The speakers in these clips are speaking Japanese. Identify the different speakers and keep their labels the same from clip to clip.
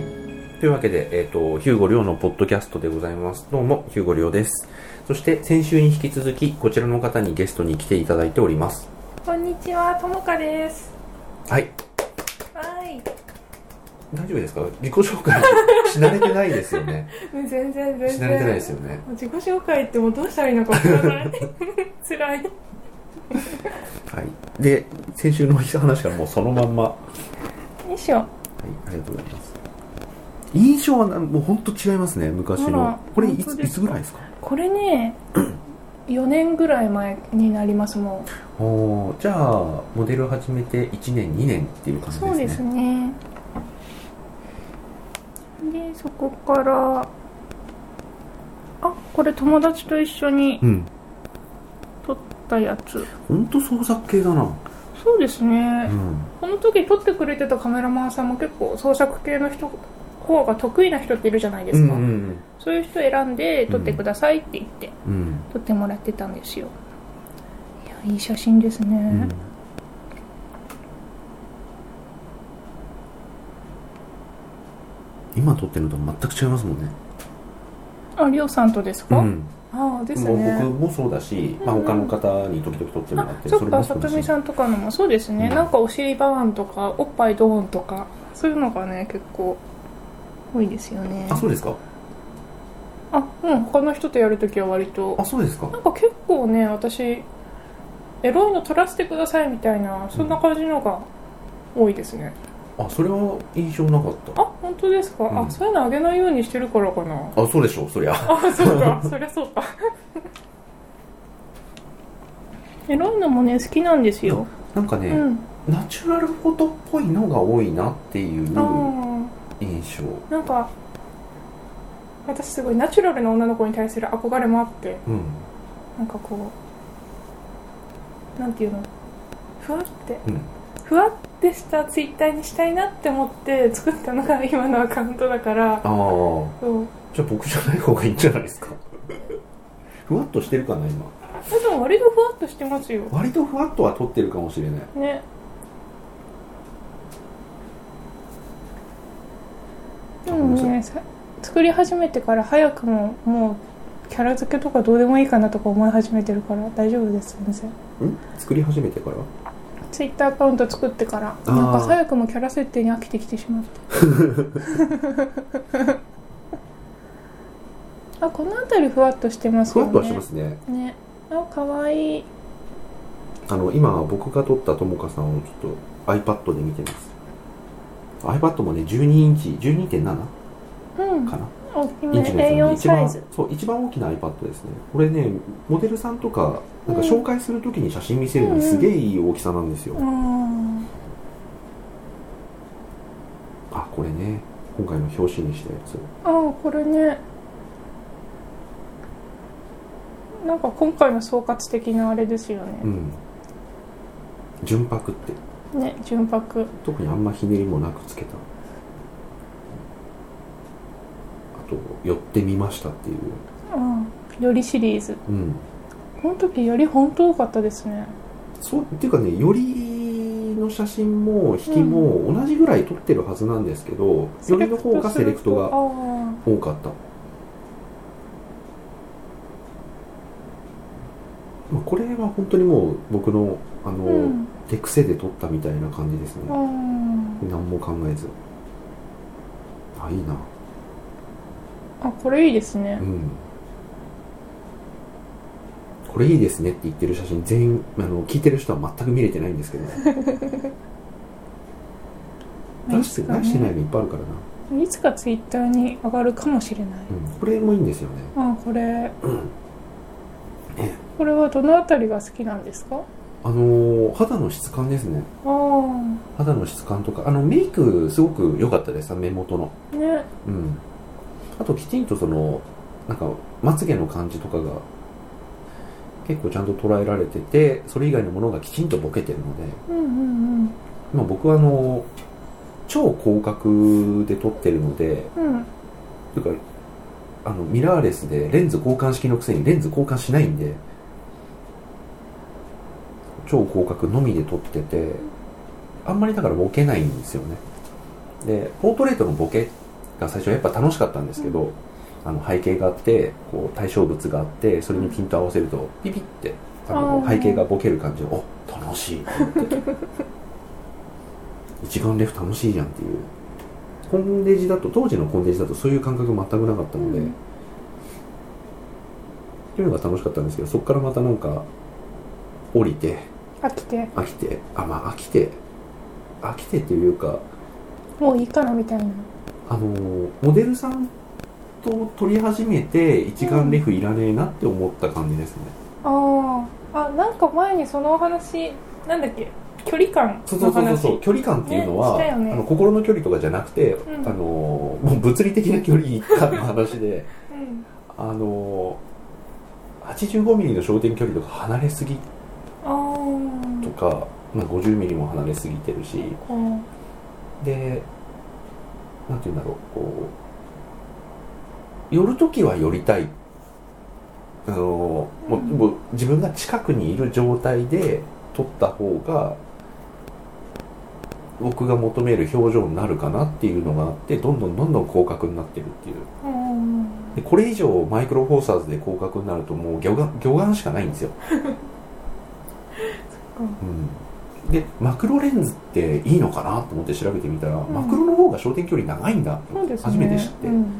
Speaker 1: というわけで、えっ、と、ヒューゴ亮のポッドキャストでございます。どうも、ヒューゴ亮です。そして、先週に引き続き、こちらの方にゲストに来ていただいております。
Speaker 2: こんにちは、ともかです。
Speaker 1: はい。
Speaker 2: はーい。
Speaker 1: 大丈夫ですか自己紹介し慣れてないですよね。
Speaker 2: 全然 全然。
Speaker 1: し慣れてないですよね。
Speaker 2: 自己紹介ってもうどうしたらいいのかわからない。 辛い。
Speaker 1: はい。で、先週の話からもうそのまんま。はい、
Speaker 2: よいしょ。
Speaker 1: ありがとうございます。印象はなもう本当違いますね、昔
Speaker 2: あら
Speaker 1: の。これい
Speaker 2: 本
Speaker 1: つ、
Speaker 2: 当
Speaker 1: い
Speaker 2: です
Speaker 1: つ
Speaker 2: か
Speaker 1: ぐらいですか
Speaker 2: こ れね、4年ぐらい前になりますも
Speaker 1: おーじゃあ、モデル始めて1年、2年っていう感
Speaker 2: ん。
Speaker 1: じ
Speaker 2: そう
Speaker 1: で
Speaker 2: ですす
Speaker 1: ね。
Speaker 2: ね。で、そこから、あ、これ友達と一緒に
Speaker 1: うん。
Speaker 2: 撮ったやつ。
Speaker 1: 本当創作系だな。
Speaker 2: そうですね。
Speaker 1: うん。
Speaker 2: この時撮ってくれてたカメラマンさんも結構創作系の人方が得意な人っているじゃないで
Speaker 1: う
Speaker 2: す
Speaker 1: んう
Speaker 2: か、
Speaker 1: ん
Speaker 2: そういう人選んで撮ってくださいって言って
Speaker 1: うん。
Speaker 2: 撮ってもらってたんですよいやいい写真ですね、
Speaker 1: うん。今撮ってるのと全く違いますもんね。
Speaker 2: ありょうさんとですか、
Speaker 1: うん。
Speaker 2: ああです
Speaker 1: もう僕
Speaker 2: ね
Speaker 1: もそうだし、まあ、
Speaker 2: うんうん
Speaker 1: 他の方に時々撮ってもら
Speaker 2: あ
Speaker 1: って、
Speaker 2: そっか
Speaker 1: そ
Speaker 2: さ
Speaker 1: うだ
Speaker 2: と
Speaker 1: し
Speaker 2: みさんとかのもそうですね、
Speaker 1: うん
Speaker 2: なんかお尻バーンとかおっぱいドーンとかそういうのがね結構多いですよね
Speaker 1: あ、そうですか。
Speaker 2: あうん他の人とやるときは割と
Speaker 1: あ、そうですか。
Speaker 2: なんか結構ね私エロいの撮らせてくださいみたいなそんな感じのが多いですね
Speaker 1: あ、それは印象なかった。
Speaker 2: あ本当ですか、
Speaker 1: うん
Speaker 2: あそういうのあげないようにしてるからかな
Speaker 1: あ、そうでしょう、そりゃ。
Speaker 2: あそうかそりゃそうか エロいのもね好きなんですよ、
Speaker 1: なんかね、
Speaker 2: うん
Speaker 1: ナチュラルフォトっぽいのが多いなっていう
Speaker 2: ああ
Speaker 1: 印象。
Speaker 2: なんか私すごいナチュラルな女の子に対する憧れもあって
Speaker 1: うん。
Speaker 2: なんかこうなんていうのふわって
Speaker 1: うん。
Speaker 2: ふわってしたツイッターにしたいなって思って作ったのが今のアカウントだから
Speaker 1: ああ。
Speaker 2: そう
Speaker 1: じゃあ僕じゃない方がいいんじゃないです かふわっとしてるかな今
Speaker 2: あでも割とふわっとしてますよ
Speaker 1: 割とふわっとは撮ってるかもしれない
Speaker 2: ねでもねさ作り始めてから早くももうキャラ付けとかどうでもいいかなとか思い始めてるから大丈夫です先生
Speaker 1: ん作り始めてから
Speaker 2: ツイッターアカウント作ってから
Speaker 1: あー
Speaker 2: なんか早くもキャラ設定に飽きてきてし まって あこの辺りふわっとしてます
Speaker 1: ふ
Speaker 2: よ
Speaker 1: わ
Speaker 2: ね
Speaker 1: っとはしてますね
Speaker 2: ねあかわいい
Speaker 1: あの今僕が撮ったともかさんをちょっと iPad で見てます iPad もね12インチ12.7か
Speaker 2: うん
Speaker 1: な、
Speaker 2: 大き
Speaker 1: イ
Speaker 2: め
Speaker 1: ンチのやつなんで
Speaker 2: A4
Speaker 1: 一
Speaker 2: サイズ
Speaker 1: 番そう一番大きな iPad ですねこれねモデルさんとかなんか紹介するときに写真見せるのにすげえいい大きさなんですよ、
Speaker 2: あー
Speaker 1: あこれね今回の表紙にしたやつ
Speaker 2: あーこれねなんか今回の総括的なあれですよ
Speaker 1: う
Speaker 2: ね、
Speaker 1: ん純白って
Speaker 2: ね純白
Speaker 1: 特にあんまひねりもなくつけたあと「寄ってみました」っていう
Speaker 2: あーよりシリーズ
Speaker 1: うん
Speaker 2: この時より本当多かったですね
Speaker 1: そうっていうかねよりの写真も引きも同じぐらい撮ってるはずなんですけど、よりの方がセレクト
Speaker 2: あ
Speaker 1: が
Speaker 2: ー
Speaker 1: 多かったまあこれは本当にもう僕のあの、
Speaker 2: うん
Speaker 1: 手癖で撮ったみたいな感じですね
Speaker 2: あー
Speaker 1: 何も考えずあいいな
Speaker 2: あこれいいですね
Speaker 1: う、んこれいいですねって言ってる写真全員あの聞いてる人は全く見れてないんですけど 出して出してないのいっぱいあるからな、
Speaker 2: いつかツイッターに上がるかもしれない、
Speaker 1: うん、これもいいんですよね
Speaker 2: あーこれ、これはどのあたりが好きなんですか
Speaker 1: あのー肌の質感ですね
Speaker 2: ああ
Speaker 1: 肌の質感とかあのメイクすごく良かったです目元の
Speaker 2: ね
Speaker 1: うんあときちんとそのなんかまつげの感じとかが結構ちゃんと捉えられててそれ以外のものがきちんとボケてるので
Speaker 2: うんうん
Speaker 1: まあ、僕はあの超広角で撮ってるので
Speaker 2: うんうん
Speaker 1: というかあのミラーレスでレンズ交換式のくせにレンズ交換しないんで超広角のみで撮っててあんまりだからボケないんですよねでポートレートのボケが最初やっぱ楽しかったんですけど、あの背景があってこう対象物があってそれにピント合わせるとピピってあの
Speaker 2: あー
Speaker 1: 背景がボケる感じでお楽しいって思って 一眼レフ楽しいじゃんっていうコンデジだと当時のコンデジだとそういう感覚全くなかったので、
Speaker 2: うん
Speaker 1: っていうのが楽しかったんですけどそこからまたなんか降りて
Speaker 2: 飽きて
Speaker 1: 飽きてあまあ飽きて飽きてというか
Speaker 2: もういいかなみたいな
Speaker 1: あのモデルさんと撮り始めて一眼レフいらねえなって思った感じですね、
Speaker 2: あああなんか前にそのお話なんだっけ距離感
Speaker 1: そうそ
Speaker 2: の
Speaker 1: うそうそう
Speaker 2: 話
Speaker 1: そう距離感っていうのは、
Speaker 2: ねしたよね
Speaker 1: あの心の距離とかじゃなくて、
Speaker 2: うん
Speaker 1: あのもう物理的な距離感の話で
Speaker 2: うん
Speaker 1: あの 85mm の焦点距離とか離れすぎ
Speaker 2: あ
Speaker 1: とか、まあ、50mm も離れすぎてるし
Speaker 2: あうん
Speaker 1: でなんて言うんだろうこう寄る時は寄りたいあの、もう
Speaker 2: うん
Speaker 1: もう自分が近くにいる状態で撮った方が僕が求める表情になるかなっていうのがあってどんどんどんどん広角になってるっていう
Speaker 2: うん
Speaker 1: でこれ以上マイクロフォーサーズで広角になるともう魚眼魚眼しかないんですよ、
Speaker 2: そっか
Speaker 1: うん、でマクロレンズっていいのかなと思って調べてみたら、
Speaker 2: ん
Speaker 1: マクロの方が焦点距離長いんだと
Speaker 2: そう
Speaker 1: 思っ
Speaker 2: で
Speaker 1: て
Speaker 2: すね
Speaker 1: 初めて知って、
Speaker 2: うん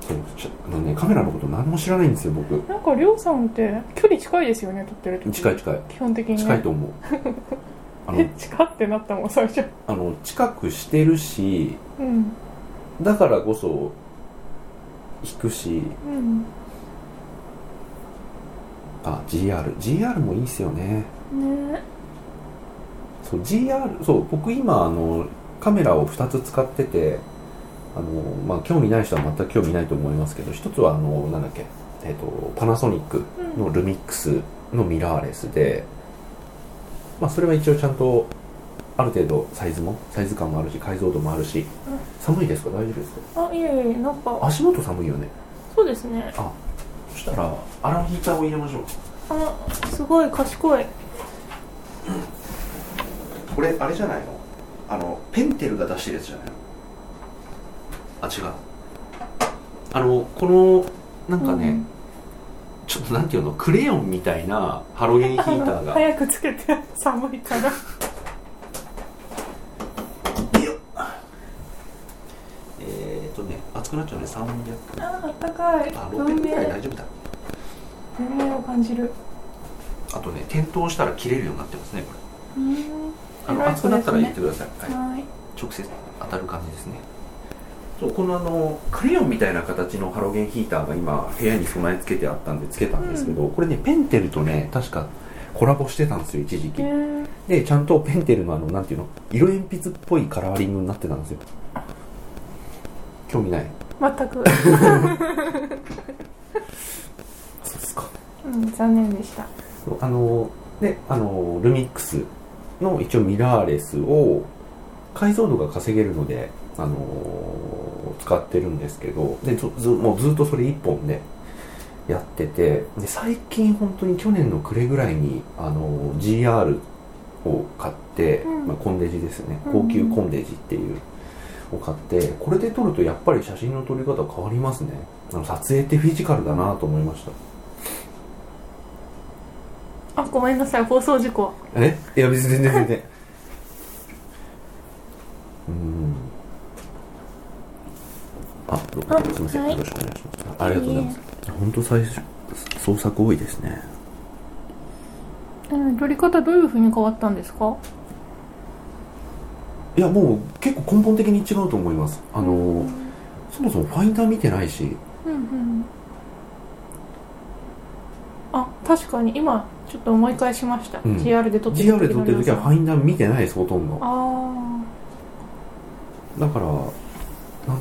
Speaker 1: そうちょあのねカメラのこと何も知らないんですよ僕
Speaker 2: なんかりょうさんって距離近いですよね撮ってる時
Speaker 1: 近い近い
Speaker 2: 基本的にね
Speaker 1: 近いと思う あ
Speaker 2: え
Speaker 1: の
Speaker 2: 近ってなったもん最初
Speaker 1: あの近くしてるし
Speaker 2: うん
Speaker 1: だからこそ引くし
Speaker 2: うん
Speaker 1: あ GRGR もいいっすよね
Speaker 2: ね
Speaker 1: そう GR そう僕今あのカメラを2つ使っててあの、まあ、興味ない人は全く興味ないと思いますけど一つはあのなんだっけ、えっとパナソニック
Speaker 2: うん
Speaker 1: のルミックスのミラーレスで、まあ、それは一応ちゃんとある程度サイズもサイズ感もあるし解像度もあるし
Speaker 2: うん
Speaker 1: 寒いですか大丈夫ですか
Speaker 2: あいえいえなんか
Speaker 1: 足元寒いよね
Speaker 2: そうですね
Speaker 1: そしたらアランヒーターを入れましょう
Speaker 2: あすごい賢い
Speaker 1: これあれじゃないのあのペンテルが出してるやつじゃないのあ違うあのこのなんかね、
Speaker 2: うん
Speaker 1: ちょっとなんていうのクレヨンみたいなハロゲンヒーター が
Speaker 2: 早くつけて寒いから
Speaker 1: えーっとね熱くなっちゃうね300
Speaker 2: ああったかい
Speaker 1: あ
Speaker 2: 文
Speaker 1: 600
Speaker 2: 明
Speaker 1: ぐらい大丈夫だ
Speaker 2: 文明を感じる
Speaker 1: あとね転倒したら切れるようになってますねこれ
Speaker 2: うん
Speaker 1: あの
Speaker 2: 偉い
Speaker 1: 熱くなったら言っ
Speaker 2: 子
Speaker 1: てください、はい
Speaker 2: はい
Speaker 1: 直接当たる感じですねそうこのあのクレヨンみたいな形のハロゲンヒーターが今部屋に備え付けてあったんでつけたんですけど、これねペンテルとね確かコラボしてたんですよ一時期、
Speaker 2: え
Speaker 1: でちゃんとペンテルのあのなんていうの色鉛筆っぽいカラーリングになってたんですよ興味ない
Speaker 2: ー、全 く、
Speaker 1: そうですか
Speaker 2: うん、残念でした
Speaker 1: あのであのルミックスの一応ミラーレスを解像度が稼げるのであの使ってるんですけどでずずもうずっとそれ1本でやっててで最近本当に去年の暮れぐらいにあの GR を買って、
Speaker 2: うん
Speaker 1: まあ、コンデジですね
Speaker 2: うん
Speaker 1: 高級コンデジっていうを買ってこれで撮るとやっぱり写真の撮り方変わりますねあの撮影ってフィジカルだなと思いました
Speaker 2: あごめんなさい放送事故
Speaker 1: えいや別に全然全 然うんあどう
Speaker 2: あ
Speaker 1: もすいません、
Speaker 2: はい
Speaker 1: よろしくお願いしますありがとうございます本当最初創作多いですね
Speaker 2: うん撮り方どういう風に変わったんですか
Speaker 1: いやもう結構根本的に違うと思いますあ
Speaker 2: あ
Speaker 1: の、
Speaker 2: うん
Speaker 1: そもそもファインダー見てないし
Speaker 2: うんあ確かに今ちょっと思い返しました、
Speaker 1: うん
Speaker 2: GR で撮ってる
Speaker 1: GR で撮ってる時はフ
Speaker 2: あ
Speaker 1: ァインダー見てないですほとんど
Speaker 2: あー
Speaker 1: だからなん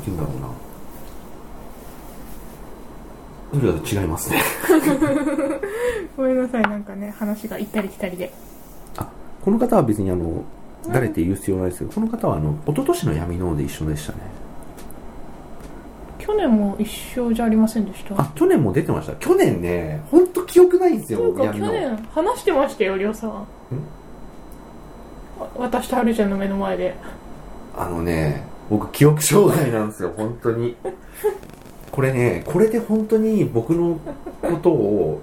Speaker 1: て言うんだろうなそれは違いますね
Speaker 2: ごめんなさいなんかね話が行ったり来たりで
Speaker 1: この方は別にあの誰って言う必要ないですけどこの方はあの一昨年の闇の王で一緒でしたね
Speaker 2: 去年も一緒じゃありませんでした
Speaker 1: あ去年も出てました去年ね本当記憶ないんですよ
Speaker 2: なん
Speaker 1: 僕
Speaker 2: か
Speaker 1: 闇
Speaker 2: 去
Speaker 1: の王
Speaker 2: 年話してましたよりょうさんわ私とはるちゃんの目の前で
Speaker 1: あのね僕記憶障害なんですよ本当にこれねこれで本当に僕のことを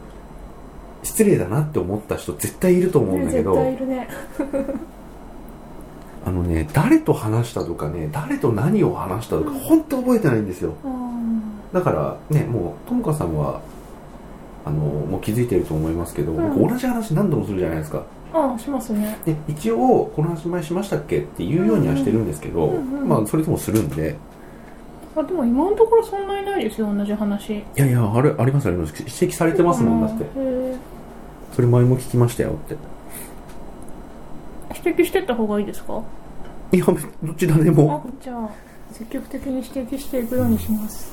Speaker 1: 失礼だなって思った人絶対いると思うんだけ
Speaker 2: 絶対い
Speaker 1: ど
Speaker 2: るね
Speaker 1: あのね誰と話したとかね誰と何を話したとか
Speaker 2: うん
Speaker 1: 本当覚えてないんですよ
Speaker 2: あー
Speaker 1: だからねもうともかさんはあのもう気づいてると思いますけど、
Speaker 2: うん
Speaker 1: 僕同じ話何度もするじゃないですか
Speaker 2: あーしますね
Speaker 1: で一応この話前しましたっけって言うようにはしてるんですけど、
Speaker 2: うんうんうん
Speaker 1: まあそれでもするんで
Speaker 2: あでも今のところそんなにないですよ同じ話
Speaker 1: いやいやあれありますあります指摘されてますもんだって
Speaker 2: へー
Speaker 1: それ前も聞きましたよって
Speaker 2: 指摘してった方がいいですか
Speaker 1: いやどちらで
Speaker 2: あ
Speaker 1: も
Speaker 2: じゃあ積極的に指摘していくようにします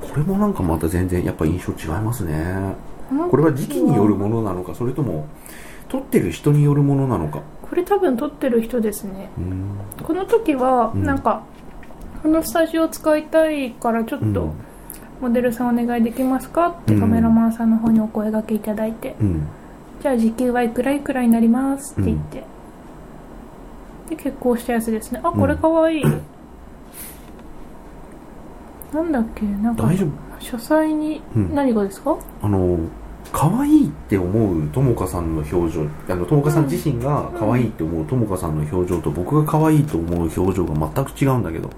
Speaker 1: これもなんかまた全然やっぱ印象違いますねこ
Speaker 2: こ
Speaker 1: れは時期によるものなのかそれとも撮ってる人によるものなのか
Speaker 2: これ多分撮ってる人ですね
Speaker 1: うん
Speaker 2: この時は
Speaker 1: うん
Speaker 2: なんか、このスタジオ使いたいからちょっ
Speaker 1: う
Speaker 2: と
Speaker 1: ん
Speaker 2: モデルさんお願いできますかって
Speaker 1: うん
Speaker 2: カメラマンさんの方にお声掛けいただいて、
Speaker 1: うん
Speaker 2: じゃあ時給はいくらいくらになりますって言って、で結婚したやつですねあこれかわいい、なんだっけなんか
Speaker 1: 大丈夫
Speaker 2: 書斎に
Speaker 1: うん
Speaker 2: 何がですか、
Speaker 1: あの可愛いって思うともかさんの表情あのともかさん自身が可愛いって思うともかさんの表情と僕が可愛いと思う表情が全く違うんだけど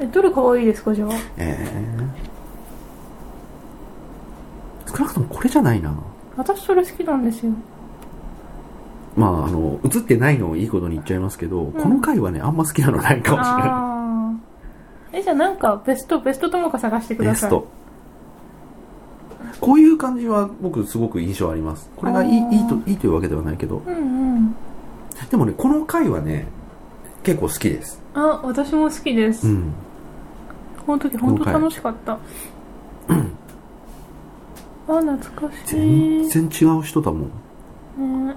Speaker 2: えどれかわいいですかじゃあ
Speaker 1: ええ少なくともこれじゃないな
Speaker 2: 私それ好きなんですよ
Speaker 1: まああの映ってないのをいいことに言っちゃいますけど、この回はねあんま好きなのないかもしれない
Speaker 2: あ あーえじゃあなんかベストベストともか探してくだ
Speaker 1: ベ
Speaker 2: さ
Speaker 1: ス
Speaker 2: い
Speaker 1: トこういう感じは僕すごく印象ありますこれがいい
Speaker 2: あー
Speaker 1: いいといいというわけではないけど
Speaker 2: うんうん
Speaker 1: でもねこの回はね結構好きです
Speaker 2: あ私も好きです、
Speaker 1: うん
Speaker 2: この時本当楽しかった、あ懐かしい
Speaker 1: 全然違う人だもん
Speaker 2: ね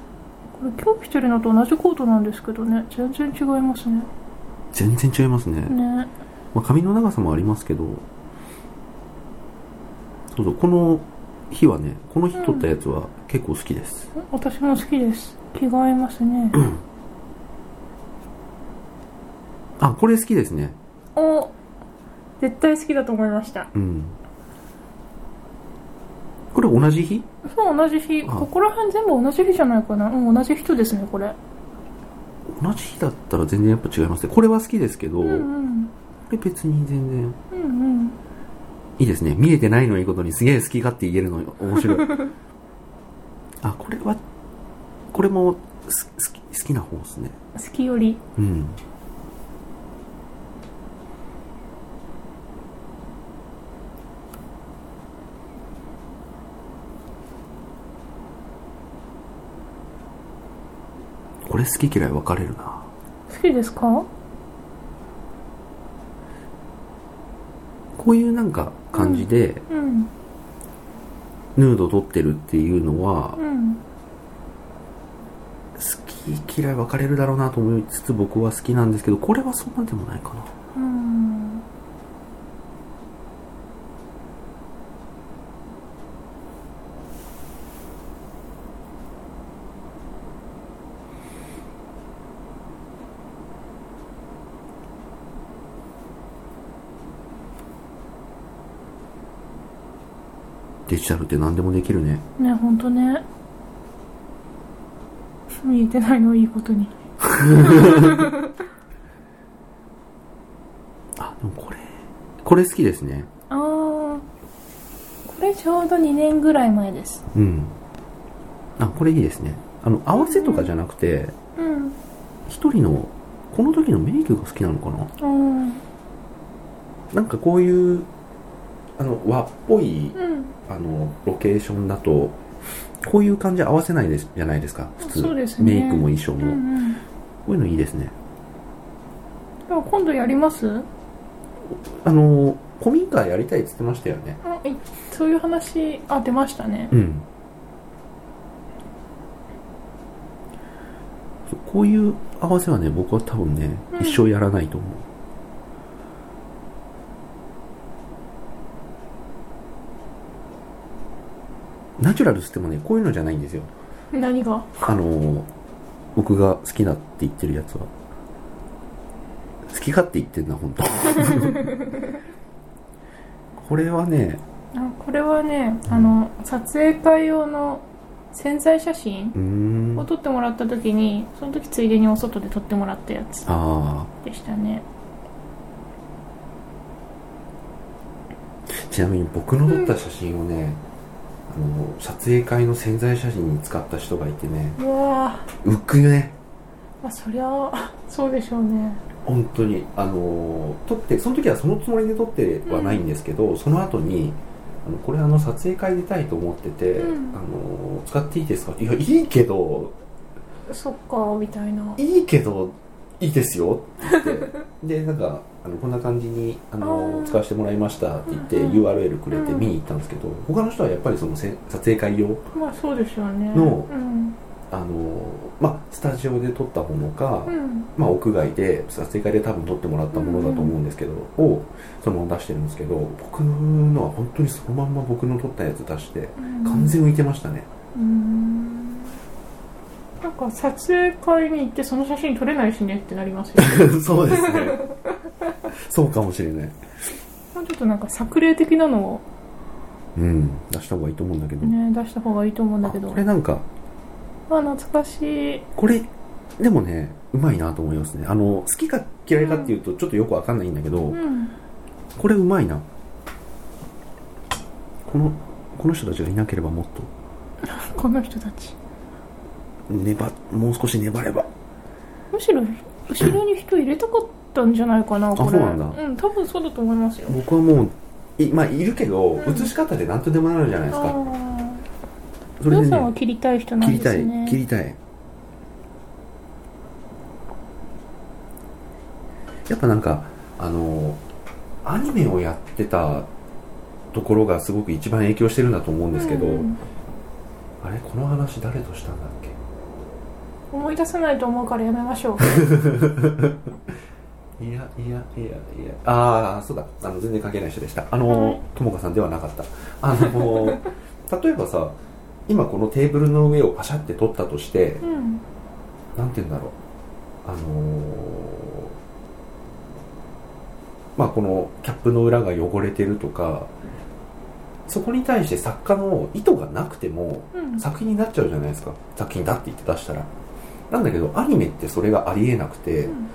Speaker 2: これ今日着てるのと同じコートなんですけどね全然違いますね
Speaker 1: 全然違いますね、
Speaker 2: ね
Speaker 1: まあ、髪の長さもありますけどそうそうこの日はねこの日撮ったやつは結構好きです、
Speaker 2: 私も好きです着替えますね
Speaker 1: あこれ好きですね
Speaker 2: お絶対好きだと思いました
Speaker 1: うんこれ同じ日
Speaker 2: そう同じ日
Speaker 1: あ
Speaker 2: ここら辺全部同じ日じゃないかなうん同じ人ですねこれ
Speaker 1: 同じ日だったら全然やっぱ違いますねこれは好きですけど、
Speaker 2: うんうん
Speaker 1: これ別に全然
Speaker 2: うんうん
Speaker 1: いいですね見えてないのいいことにすげえ好き勝手言えるの面白い あこれはこれもす好き好きな方ですね
Speaker 2: 好きより
Speaker 1: うんこれ好き嫌い分かれるな
Speaker 2: 好きですか
Speaker 1: こういうなんか感じで
Speaker 2: うん
Speaker 1: ヌード撮ってるっていうのは
Speaker 2: うん
Speaker 1: 好き嫌い分かれるだろうなと思いつつ僕は好きなんですけどこれはそんなでもないかな
Speaker 2: うん
Speaker 1: デジタルって何でもできるね
Speaker 2: ねほんとね見えてないのいいことに
Speaker 1: あでもこれこれ好きですね
Speaker 2: ああこれちょうど2年ぐらい前です
Speaker 1: うんあこれいいですねあの合わせとかじゃなくて
Speaker 2: うん
Speaker 1: 一人のこの時のメイクが好きなのかな
Speaker 2: うん
Speaker 1: なんかこういうあの和っぽい
Speaker 2: うん
Speaker 1: あのロケーションだとこういう感じ合わせないですじゃないですか普通
Speaker 2: そうですね
Speaker 1: メイクも衣装
Speaker 2: う
Speaker 1: も、こ
Speaker 2: んうん
Speaker 1: ういうのいいですね
Speaker 2: でも今度やります
Speaker 1: あの古民家やりたいっつってましたよね
Speaker 2: あいそういう話あ出ましたね
Speaker 1: うんそうこういう合わせはね僕は多分ね、
Speaker 2: うん
Speaker 1: 一生やらないと思うナチュラルっつってもねこういうの じゃないんですよ
Speaker 2: 何が
Speaker 1: あの僕が好きだって言ってるやつはき勝手言ってんな本 当これはね
Speaker 2: あこれはねあの撮影会用の潜在写真
Speaker 1: うーん
Speaker 2: を
Speaker 1: あ
Speaker 2: 撮ってもらった時にその時ついでにお外で撮ってもらったやつ
Speaker 1: あ
Speaker 2: でしたね
Speaker 1: ちなみに僕の撮った写真をね、あの撮影会の潜在写真に使った人がいてね
Speaker 2: うわー
Speaker 1: うっくりね
Speaker 2: まあそりゃあそうでしょうね
Speaker 1: 本当にあの撮ってその時はそのつもりで撮ってはないんですけど、その後にあのこれあの撮影会出たいと思ってて、
Speaker 2: うん
Speaker 1: あの使っていいですかいやいいけど
Speaker 2: そっかみたいない
Speaker 1: いけどいいですよって言って でなんかあのこんな感じにあの
Speaker 2: あー
Speaker 1: 使わせてもらいましたって言って、
Speaker 2: うんうん
Speaker 1: URL くれて見に行ったんですけど、他の人はやっぱりそのせ撮影会用
Speaker 2: まあそうでしょうね
Speaker 1: の
Speaker 2: うん
Speaker 1: あの、まあ、スタジオで撮ったものか、
Speaker 2: うん
Speaker 1: まあ、屋外で撮影会で多分撮ってもらったものだと思うんですけど、をそのまま出してるんですけど僕のは本当にそのまんま僕の撮ったやつ出して
Speaker 2: うん
Speaker 1: 完全浮いてましたね、
Speaker 2: うんなんか撮影会に行ってその写真撮れないしねってなりますよね
Speaker 1: そうですね そうかもしれない
Speaker 2: もうちょっとなんか作例的なの
Speaker 1: うん出した方がいいと思うんだけ
Speaker 2: を
Speaker 1: ど、
Speaker 2: ね出した方がいいと思うんだ
Speaker 1: あ
Speaker 2: けど
Speaker 1: これなんか
Speaker 2: まあ懐かしい
Speaker 1: これでもねうまいなと思いますねあの好きか嫌いかっていうとちょっとよくわかんないんだけど、
Speaker 2: うん
Speaker 1: これうまいなこのこの人たちがいなければもっと
Speaker 2: この人たち
Speaker 1: 粘もう少し粘れば
Speaker 2: むしろ後ろに人入れたかったんじゃないかなこれ
Speaker 1: そうなんだ
Speaker 2: うん多分そうだと思いますよ
Speaker 1: 僕はもうい,、まあ、いるけど、
Speaker 2: うん
Speaker 1: 写し方で何とでもなるじゃないですか
Speaker 2: ああ
Speaker 1: それ
Speaker 2: 皆
Speaker 1: で
Speaker 2: さんは
Speaker 1: ね
Speaker 2: 切りたい人な
Speaker 1: 切
Speaker 2: ん
Speaker 1: り
Speaker 2: で
Speaker 1: た
Speaker 2: す
Speaker 1: い
Speaker 2: ね
Speaker 1: 切りたいやっぱなんかあのアニメをやってたところがすごく一番影響してるんだと思うんですけど、
Speaker 2: うんうん
Speaker 1: あれこの話誰としたんだっけ
Speaker 2: 思い出さないと思うからやめましょう
Speaker 1: いやいやいやいやああそうだあの全然関係ない人でしたあのともかさんではなかったあの 例えばさ今このテーブルの上をパシャって取ったとして
Speaker 2: うん
Speaker 1: なんて言うんだろうあのーまあこのキャップの裏が汚れてるとかそこに対して作家の意図がなくても
Speaker 2: うん
Speaker 1: 作品になっちゃうじゃないですか作品だって言って出したらなんだけどアニメってそれがありえなくて、
Speaker 2: うん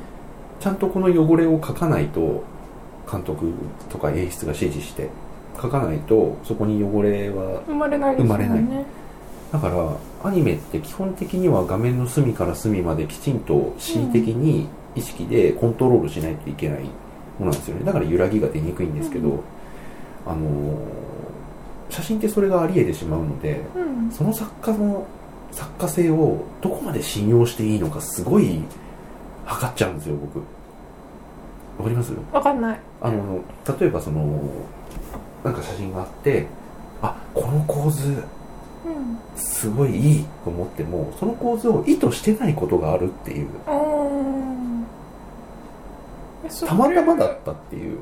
Speaker 1: ちゃんとこの汚れを書かないと監督とか演出が指示して書かないとそこに汚れは
Speaker 2: 生まれないですもんね
Speaker 1: 生まれだからアニメって基本的には画面の隅から隅まできちんと恣意的に意識でコントロールしないといけないものなんですよねだから揺らぎが出にくいんですけど、
Speaker 2: うん
Speaker 1: あのー写真ってそれがありえてしまうので
Speaker 2: うん
Speaker 1: その作家の作家性をどこまで信用していいのかすごい測っちゃうんですよ僕わかります
Speaker 2: わかんない
Speaker 1: あの例えばそのなんか写真があってあこの構図
Speaker 2: うん
Speaker 1: すごいいいと思ってもその構図を意図してないことがあるっていう
Speaker 2: あーえそれ
Speaker 1: たまたまだったっていう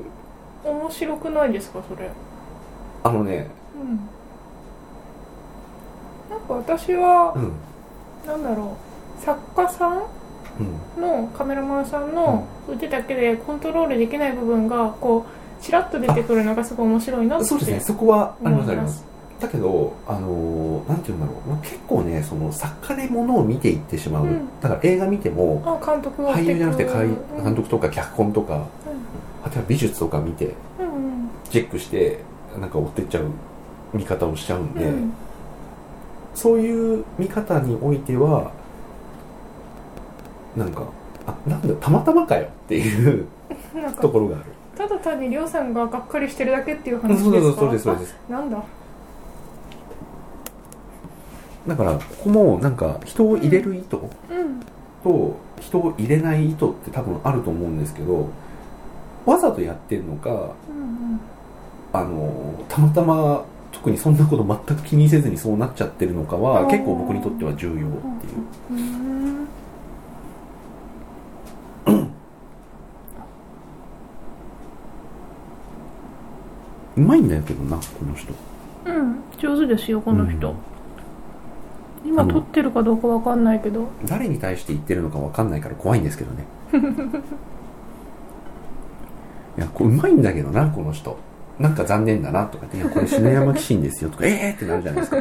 Speaker 2: 面白くないですかそれ
Speaker 1: あのね
Speaker 2: うんなんか私は
Speaker 1: うん
Speaker 2: なんだろう作家さん
Speaker 1: うん
Speaker 2: のカメラマンさんの腕だけでコントロールできない部分がこうちらっと出てくるのがすごい面白いなって
Speaker 1: そうですねそこはあり
Speaker 2: 思
Speaker 1: ますあ
Speaker 2: い
Speaker 1: り
Speaker 2: ま
Speaker 1: ます
Speaker 2: す
Speaker 1: だけどあのなんて言うんだろうまあ結構ねその作家でものを見ていってしまう、
Speaker 2: うん
Speaker 1: だから映画見ても
Speaker 2: あ監督が
Speaker 1: 俳優じゃなくてかい
Speaker 2: うん
Speaker 1: 監督とか脚本とかあとは美術とか見て
Speaker 2: うんうん
Speaker 1: チェックしてなんか追ってっちゃう見方をしちゃうん
Speaker 2: うん
Speaker 1: で、そういう見方においてはなんかあなんだたまたまかよっていう
Speaker 2: うんなんか
Speaker 1: ところがある
Speaker 2: ただ単にりょうさんががっかりしてるだけっていう
Speaker 1: そう
Speaker 2: 話です
Speaker 1: そ
Speaker 2: か
Speaker 1: うそうそうですそうです
Speaker 2: あなんだ
Speaker 1: だからここもなんか人を入れる意図
Speaker 2: うん
Speaker 1: と人を入れない意図って多分あると思うんですけどわざとやってるのか
Speaker 2: うん
Speaker 1: あのたまたま特にそんなこと全く気にせずにそうなっちゃってるのかは
Speaker 2: あー
Speaker 1: 結構僕にとっては重要っていう
Speaker 2: うんうん
Speaker 1: うまいんだけどなこの人
Speaker 2: うん上手ですよこの人、今
Speaker 1: あの
Speaker 2: 撮ってるかどうかわかんないけど
Speaker 1: 誰に対して言ってるのかわかんないから怖いんですけどね いやこれうまいんだけどなこの人なんか残念だなとかって「いやこれ篠山紀信ですよ」とか「 ええ!」ってなるじゃないですか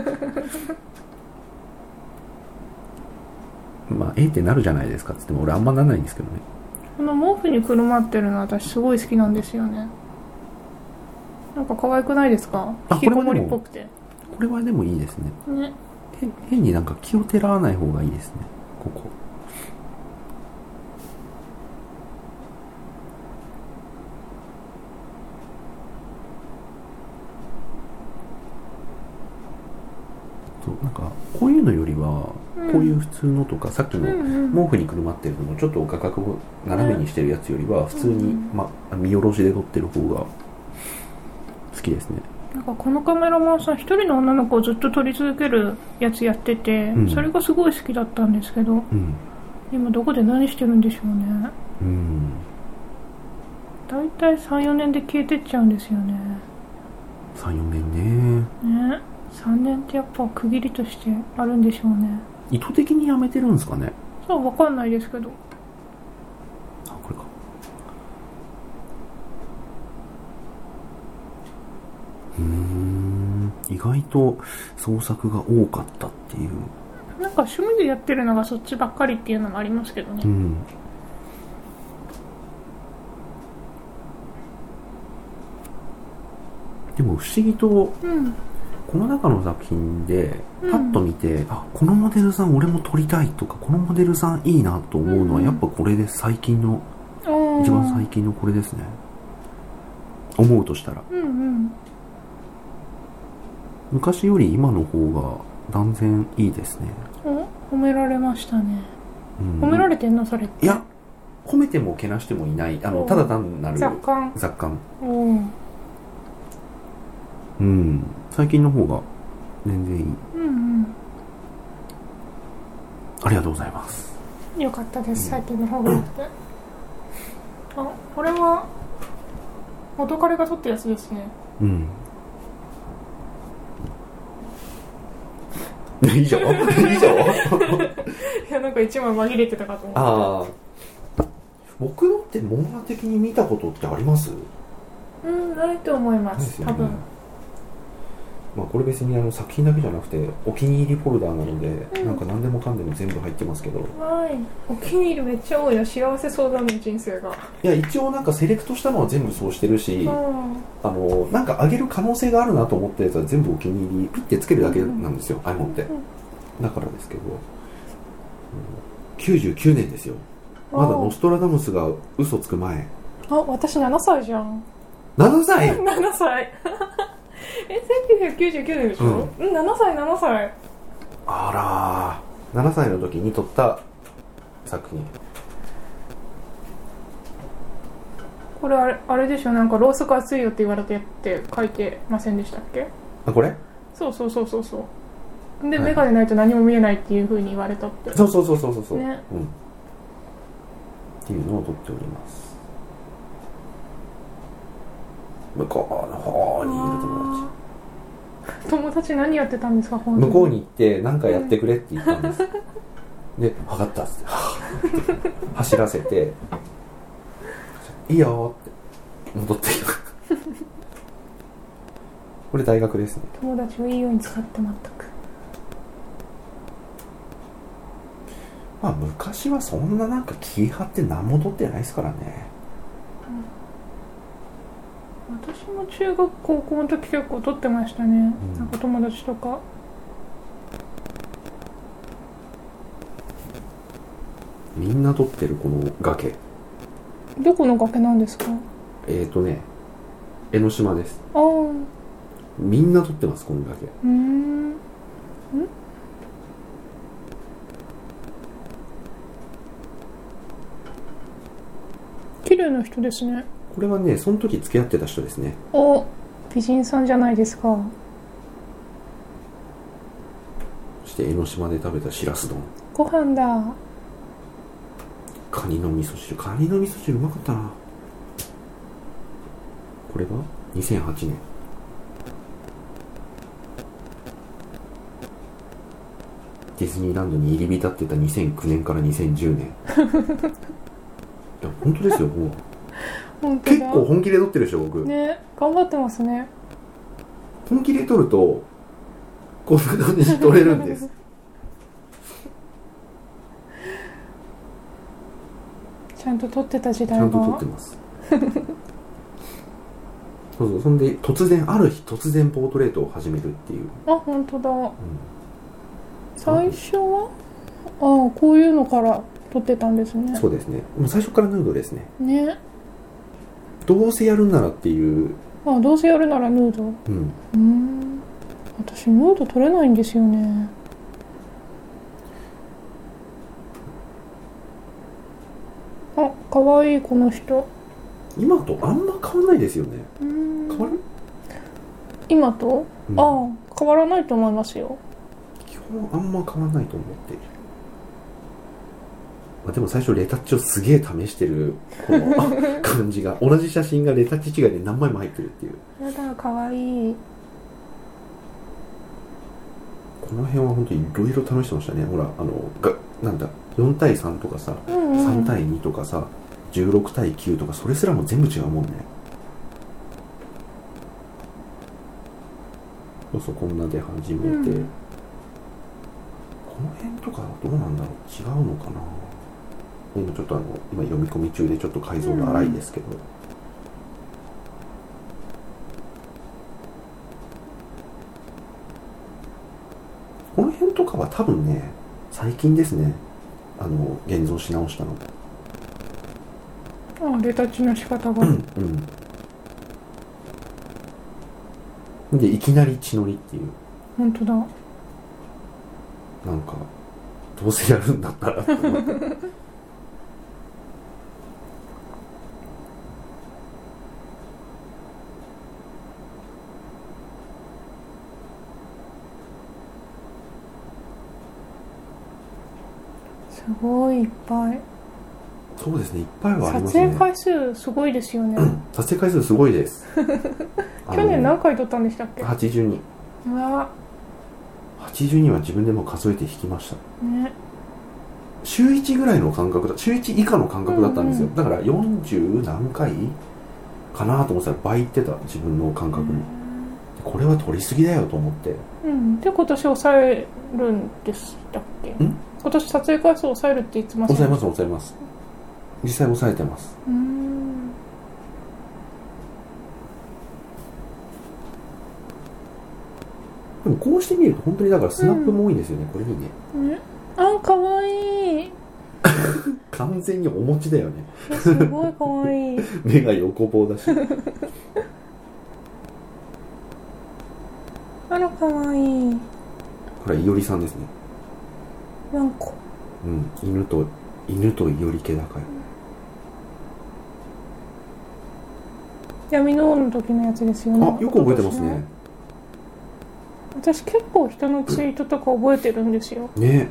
Speaker 1: まあええってなるじゃないですかっつっても俺あんまならないんですけどね
Speaker 2: この毛布にくるまってるの私すごい好きなんですよねなんか可愛くないですか
Speaker 1: あ
Speaker 2: 引きこもりっぽくて
Speaker 1: これはでもいいですね
Speaker 2: ね
Speaker 1: 変変になんか気をてらわない方がいいですねここそうなんかこういうのよりは、
Speaker 2: うん
Speaker 1: こういう普通のとかさっき
Speaker 2: うん
Speaker 1: の
Speaker 2: うん
Speaker 1: 毛布にくるまってるのをちょっと画角を斜めにしてるやつよりは普通に、
Speaker 2: うん
Speaker 1: まあ、見下ろしで撮ってる方が好きですね
Speaker 2: なんかこのカメラマンさん一人の女の子をずっと撮り続けるやつやってて、
Speaker 1: うん
Speaker 2: それがすごい好きだったんですけど
Speaker 1: うん
Speaker 2: 今どこで何してるんでしょうね
Speaker 1: うん
Speaker 2: 大体34年で消えてっちゃうんですよね
Speaker 1: 34年ね
Speaker 2: ね3年ってやっぱ区切りとしてあるんでしょうね
Speaker 1: 意図的にやめてるんですかね
Speaker 2: そうわかんないですけど
Speaker 1: あこれかうーん意外と創作が多かったっていう
Speaker 2: なんか趣味でやってるのがそっちばっかりっていうのもありますけどね、
Speaker 1: うんでも不思議と
Speaker 2: うん、
Speaker 1: この中の作品で
Speaker 2: うん
Speaker 1: パッと見て、あこのモデルさん俺も撮りたいとかこのモデルさんいいなと思うのは
Speaker 2: うん
Speaker 1: やっぱこれで最近の、
Speaker 2: あー
Speaker 1: 一番最近のこれですね思うとしたら
Speaker 2: うんうん
Speaker 1: 昔より今の方が断然いいですね、
Speaker 2: お褒められましたね
Speaker 1: うん
Speaker 2: 褒められてんのそれって
Speaker 1: いや褒めてもけなしてもいないあの
Speaker 2: お
Speaker 1: ただ単なる
Speaker 2: 若干
Speaker 1: 雑感
Speaker 2: おー
Speaker 1: うん最近の方が全然いい
Speaker 2: うん
Speaker 1: ありがとうございます
Speaker 2: うんよかったです最近の方がよくてあこれは元彼が撮ったやつですね
Speaker 1: うん 以上以上
Speaker 2: いやなんか一枚紛れてたかと思っ て
Speaker 1: ああ僕だって網羅的に見たことってあります
Speaker 2: うんないと思います多分
Speaker 1: まあ、これ別にあの作品だけじゃなくてお気に入りフォルダーなので、
Speaker 2: うん
Speaker 1: なんか何でもかんでも全部入ってますけど
Speaker 2: はいお気に入りめっちゃ多いな幸せそうだね人生が
Speaker 1: いや一応なんかセレクトしたのは全部そうしてるし、
Speaker 2: うん
Speaker 1: あのなんか上げる可能性があるなと思ったやつは全部お気に入りピッてつけるだけなんですよ、iPhone ってだからですけど、うん99年ですよまだノストラダムスが嘘つく前
Speaker 2: あ私7歳じゃん
Speaker 1: 7歳
Speaker 2: 7歳え1999年でしょ、うん、7歳7歳
Speaker 1: あらー7歳の時に撮った作品
Speaker 2: これあれあれでしょなんかろうそく熱いよって言われてって書いてませんでしたっけ
Speaker 1: あこれ
Speaker 2: そうそうそうそうそうで
Speaker 1: はい
Speaker 2: 眼鏡ないと何も見えないっていうふうに言われたって
Speaker 1: そうそうそうそうそうそう、
Speaker 2: ね
Speaker 1: うんっていうのを撮っております向こうの方にいる友達
Speaker 2: 友達何やってたんですか本当
Speaker 1: 向こうに行って何かやってくれって言ったんです、で「分かった」っつって はぁって走らせて「いいよ」って戻ってきたこれ大学ですね
Speaker 2: 友達をいいように使って全く
Speaker 1: まあ昔はそんななんか気張って何も取ってないですからね
Speaker 2: 私も中学高校の時結構撮ってましたね、
Speaker 1: うん
Speaker 2: なんか友達とか
Speaker 1: みんな取ってるこの崖
Speaker 2: どこの崖なんですか
Speaker 1: えーとね江ノ島です
Speaker 2: ああう
Speaker 1: みんな取ってますこの崖
Speaker 2: ーん綺麗な人ですね
Speaker 1: これはねその時付き合ってた人ですね
Speaker 2: お美人さんじゃないですか
Speaker 1: そして江ノ島で食べたしらす丼
Speaker 2: ご飯だ
Speaker 1: カニの味噌汁カニの味噌汁うまかったなこれが2008年ディズニーランドに入り浸ってた2009年から2010年いや本当ですよもう
Speaker 2: 本当
Speaker 1: 結
Speaker 2: だ
Speaker 1: 構本気で撮ってるでしょ僕、
Speaker 2: ね頑張ってますね
Speaker 1: 本気で撮るとこんな感じに撮れるんです
Speaker 2: ちゃんと撮ってた時
Speaker 1: ち
Speaker 2: 代
Speaker 1: ゃ
Speaker 2: が
Speaker 1: んと撮ってます そうそうそんで突然ある日突然ポートレートを始めるっていう、
Speaker 2: あ本当だ
Speaker 1: う
Speaker 2: 最初はああこういうのから撮ってたんです
Speaker 1: ん
Speaker 2: ね
Speaker 1: そうですねもう最初からヌードですね
Speaker 2: ね
Speaker 1: どうせやるならっていう、
Speaker 2: ああどうせやるならヌードう
Speaker 1: うん、
Speaker 2: ーん私ヌード撮れないんですよねあ可愛いこの人
Speaker 1: 今とあんま変わんないですよね
Speaker 2: うーん
Speaker 1: 変わる、
Speaker 2: 今と、
Speaker 1: うん
Speaker 2: ああ変わらないと思いますよ
Speaker 1: 基本あんま変わんないと思っている、まあ、でも最初レタッチをすげえ試してるこの 感じが同じ写真がレタッチ違いで何枚も入ってるっていう
Speaker 2: やだ可愛い
Speaker 1: この辺は本当にいろいろ試してましたねほらあのがなんだ4対3とかさ
Speaker 2: うんうん
Speaker 1: 3対2とかさ16対9とかそれすらも全部違うもんねそうそうこんなで始めて、
Speaker 2: うん
Speaker 1: この辺とかどうなんだろう違うのかな今ちょっとあの今読み込み中でちょっと改造が荒いですけど、この辺とかは多分ね最近ですねあの現像し直したの
Speaker 2: あレタッチの仕方が
Speaker 1: うんでいきなり血のりっていう
Speaker 2: 本当だ
Speaker 1: なんかどうせやるんだったらって思って
Speaker 2: すごいいっぱい
Speaker 1: そうですねいっぱいはありま
Speaker 2: 撮
Speaker 1: すね
Speaker 2: 影回数すごいですよね
Speaker 1: 撮影回数すごいです あの
Speaker 2: 去年何回撮ったんでしたっけ
Speaker 1: 82
Speaker 2: うわ
Speaker 1: 82は自分でもう数えて引きました
Speaker 2: ね
Speaker 1: 週1ぐらいの感覚だ週1以下の感覚だったんですよ、
Speaker 2: うん
Speaker 1: だから40何回かなと思ってたら倍いってた自分の感覚に、これは取りすぎだよと思って
Speaker 2: うんで今年抑えるんでしたっけ
Speaker 1: ん
Speaker 2: 今年撮影回数抑えるって言ってまし
Speaker 1: 抑
Speaker 2: た
Speaker 1: え
Speaker 2: ね
Speaker 1: ます抑えます実際抑えてます
Speaker 2: うーん
Speaker 1: でもこうしてみると本当にだからスナップも多いんですよね、これいいね
Speaker 2: ねあかわいい
Speaker 1: 完全にお餅だよね
Speaker 2: えすごいかわいい
Speaker 1: 目が横棒だし
Speaker 2: あらかわいい
Speaker 1: これはいおりさんですね
Speaker 2: なんか
Speaker 1: うん犬と犬といおり家だから
Speaker 2: 闇の王の時のやつですよね
Speaker 1: あよく覚えてますね
Speaker 2: 私結構人のツイートとか覚えてるんですよ
Speaker 1: ね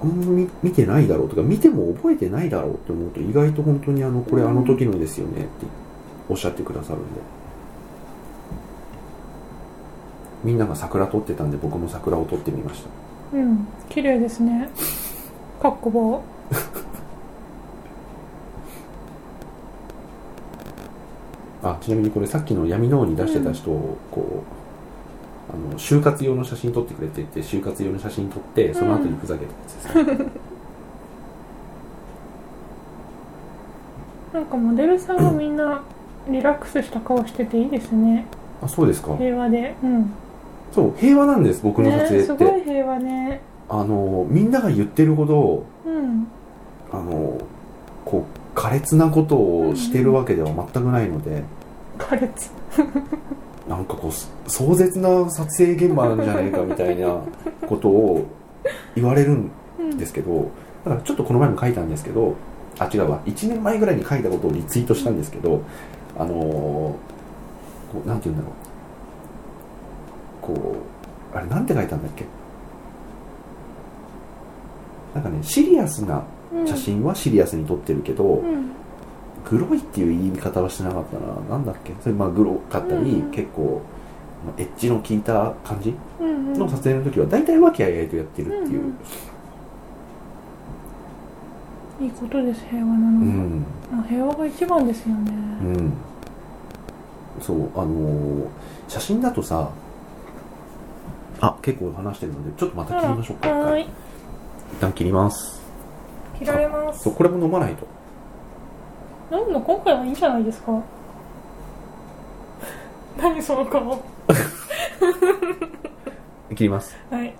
Speaker 1: あんま見見てないだろうとか見ても覚えてないだろうって思うと意外と本当にあのこれあの時のですよねっておっしゃってくださるんでみんなが桜撮ってたんで僕も桜を撮ってみました
Speaker 2: うん綺麗ですねかっこ棒
Speaker 1: あちなみにこれさっきの闇の王に出してた人をこう、あの就活用の写真撮ってくれって言って就活用の写真撮ってその後にふざけたやつ です、
Speaker 2: なんかモデルさんはみんなリラックスした顔してていいですね
Speaker 1: あそうですか
Speaker 2: 平和でうん
Speaker 1: そう平和なんです僕の撮
Speaker 2: ね
Speaker 1: 影
Speaker 2: す
Speaker 1: って、
Speaker 2: ごい平和ね
Speaker 1: あのみんなが言ってるほど
Speaker 2: うん
Speaker 1: あのこう苛烈なことをしてるわけでは全くないので、
Speaker 2: 苛烈
Speaker 1: なんかこうす壮絶な撮影現場なんじゃないかみたいなことを言われるん
Speaker 2: うん
Speaker 1: ですけどだからちょっとこの前も書いたんですけどあ違うわ1年前ぐらいに書いたことをリツイートしたんですけど、あのーこうなんて言うんだろうこうあれなんて書いたんだっけなんかねシリアスな
Speaker 2: うん
Speaker 1: 写真はシリアスに撮ってるけど、
Speaker 2: うん
Speaker 1: グロいっていう言い方はしてなかったななんだっけそれまあグロかったり、
Speaker 2: うん
Speaker 1: 結構まあエッジの効いた感じ
Speaker 2: うんうん
Speaker 1: の撮影の時は大体和気あいあいとやってるっていう、
Speaker 2: うんうんいいことです平和なの
Speaker 1: う
Speaker 2: は、
Speaker 1: ん
Speaker 2: あ平和が一番ですよね、
Speaker 1: うんそうあのー写真だとさあ結構話してるのでちょっとまた切りましょうか
Speaker 2: あら
Speaker 1: 一
Speaker 2: はー
Speaker 1: 回
Speaker 2: い
Speaker 1: 一旦切ります
Speaker 2: 切られます
Speaker 1: そうこれも飲まないと
Speaker 2: なんだ今回はいいんじゃないで すか何その顔
Speaker 1: 切ります
Speaker 2: はい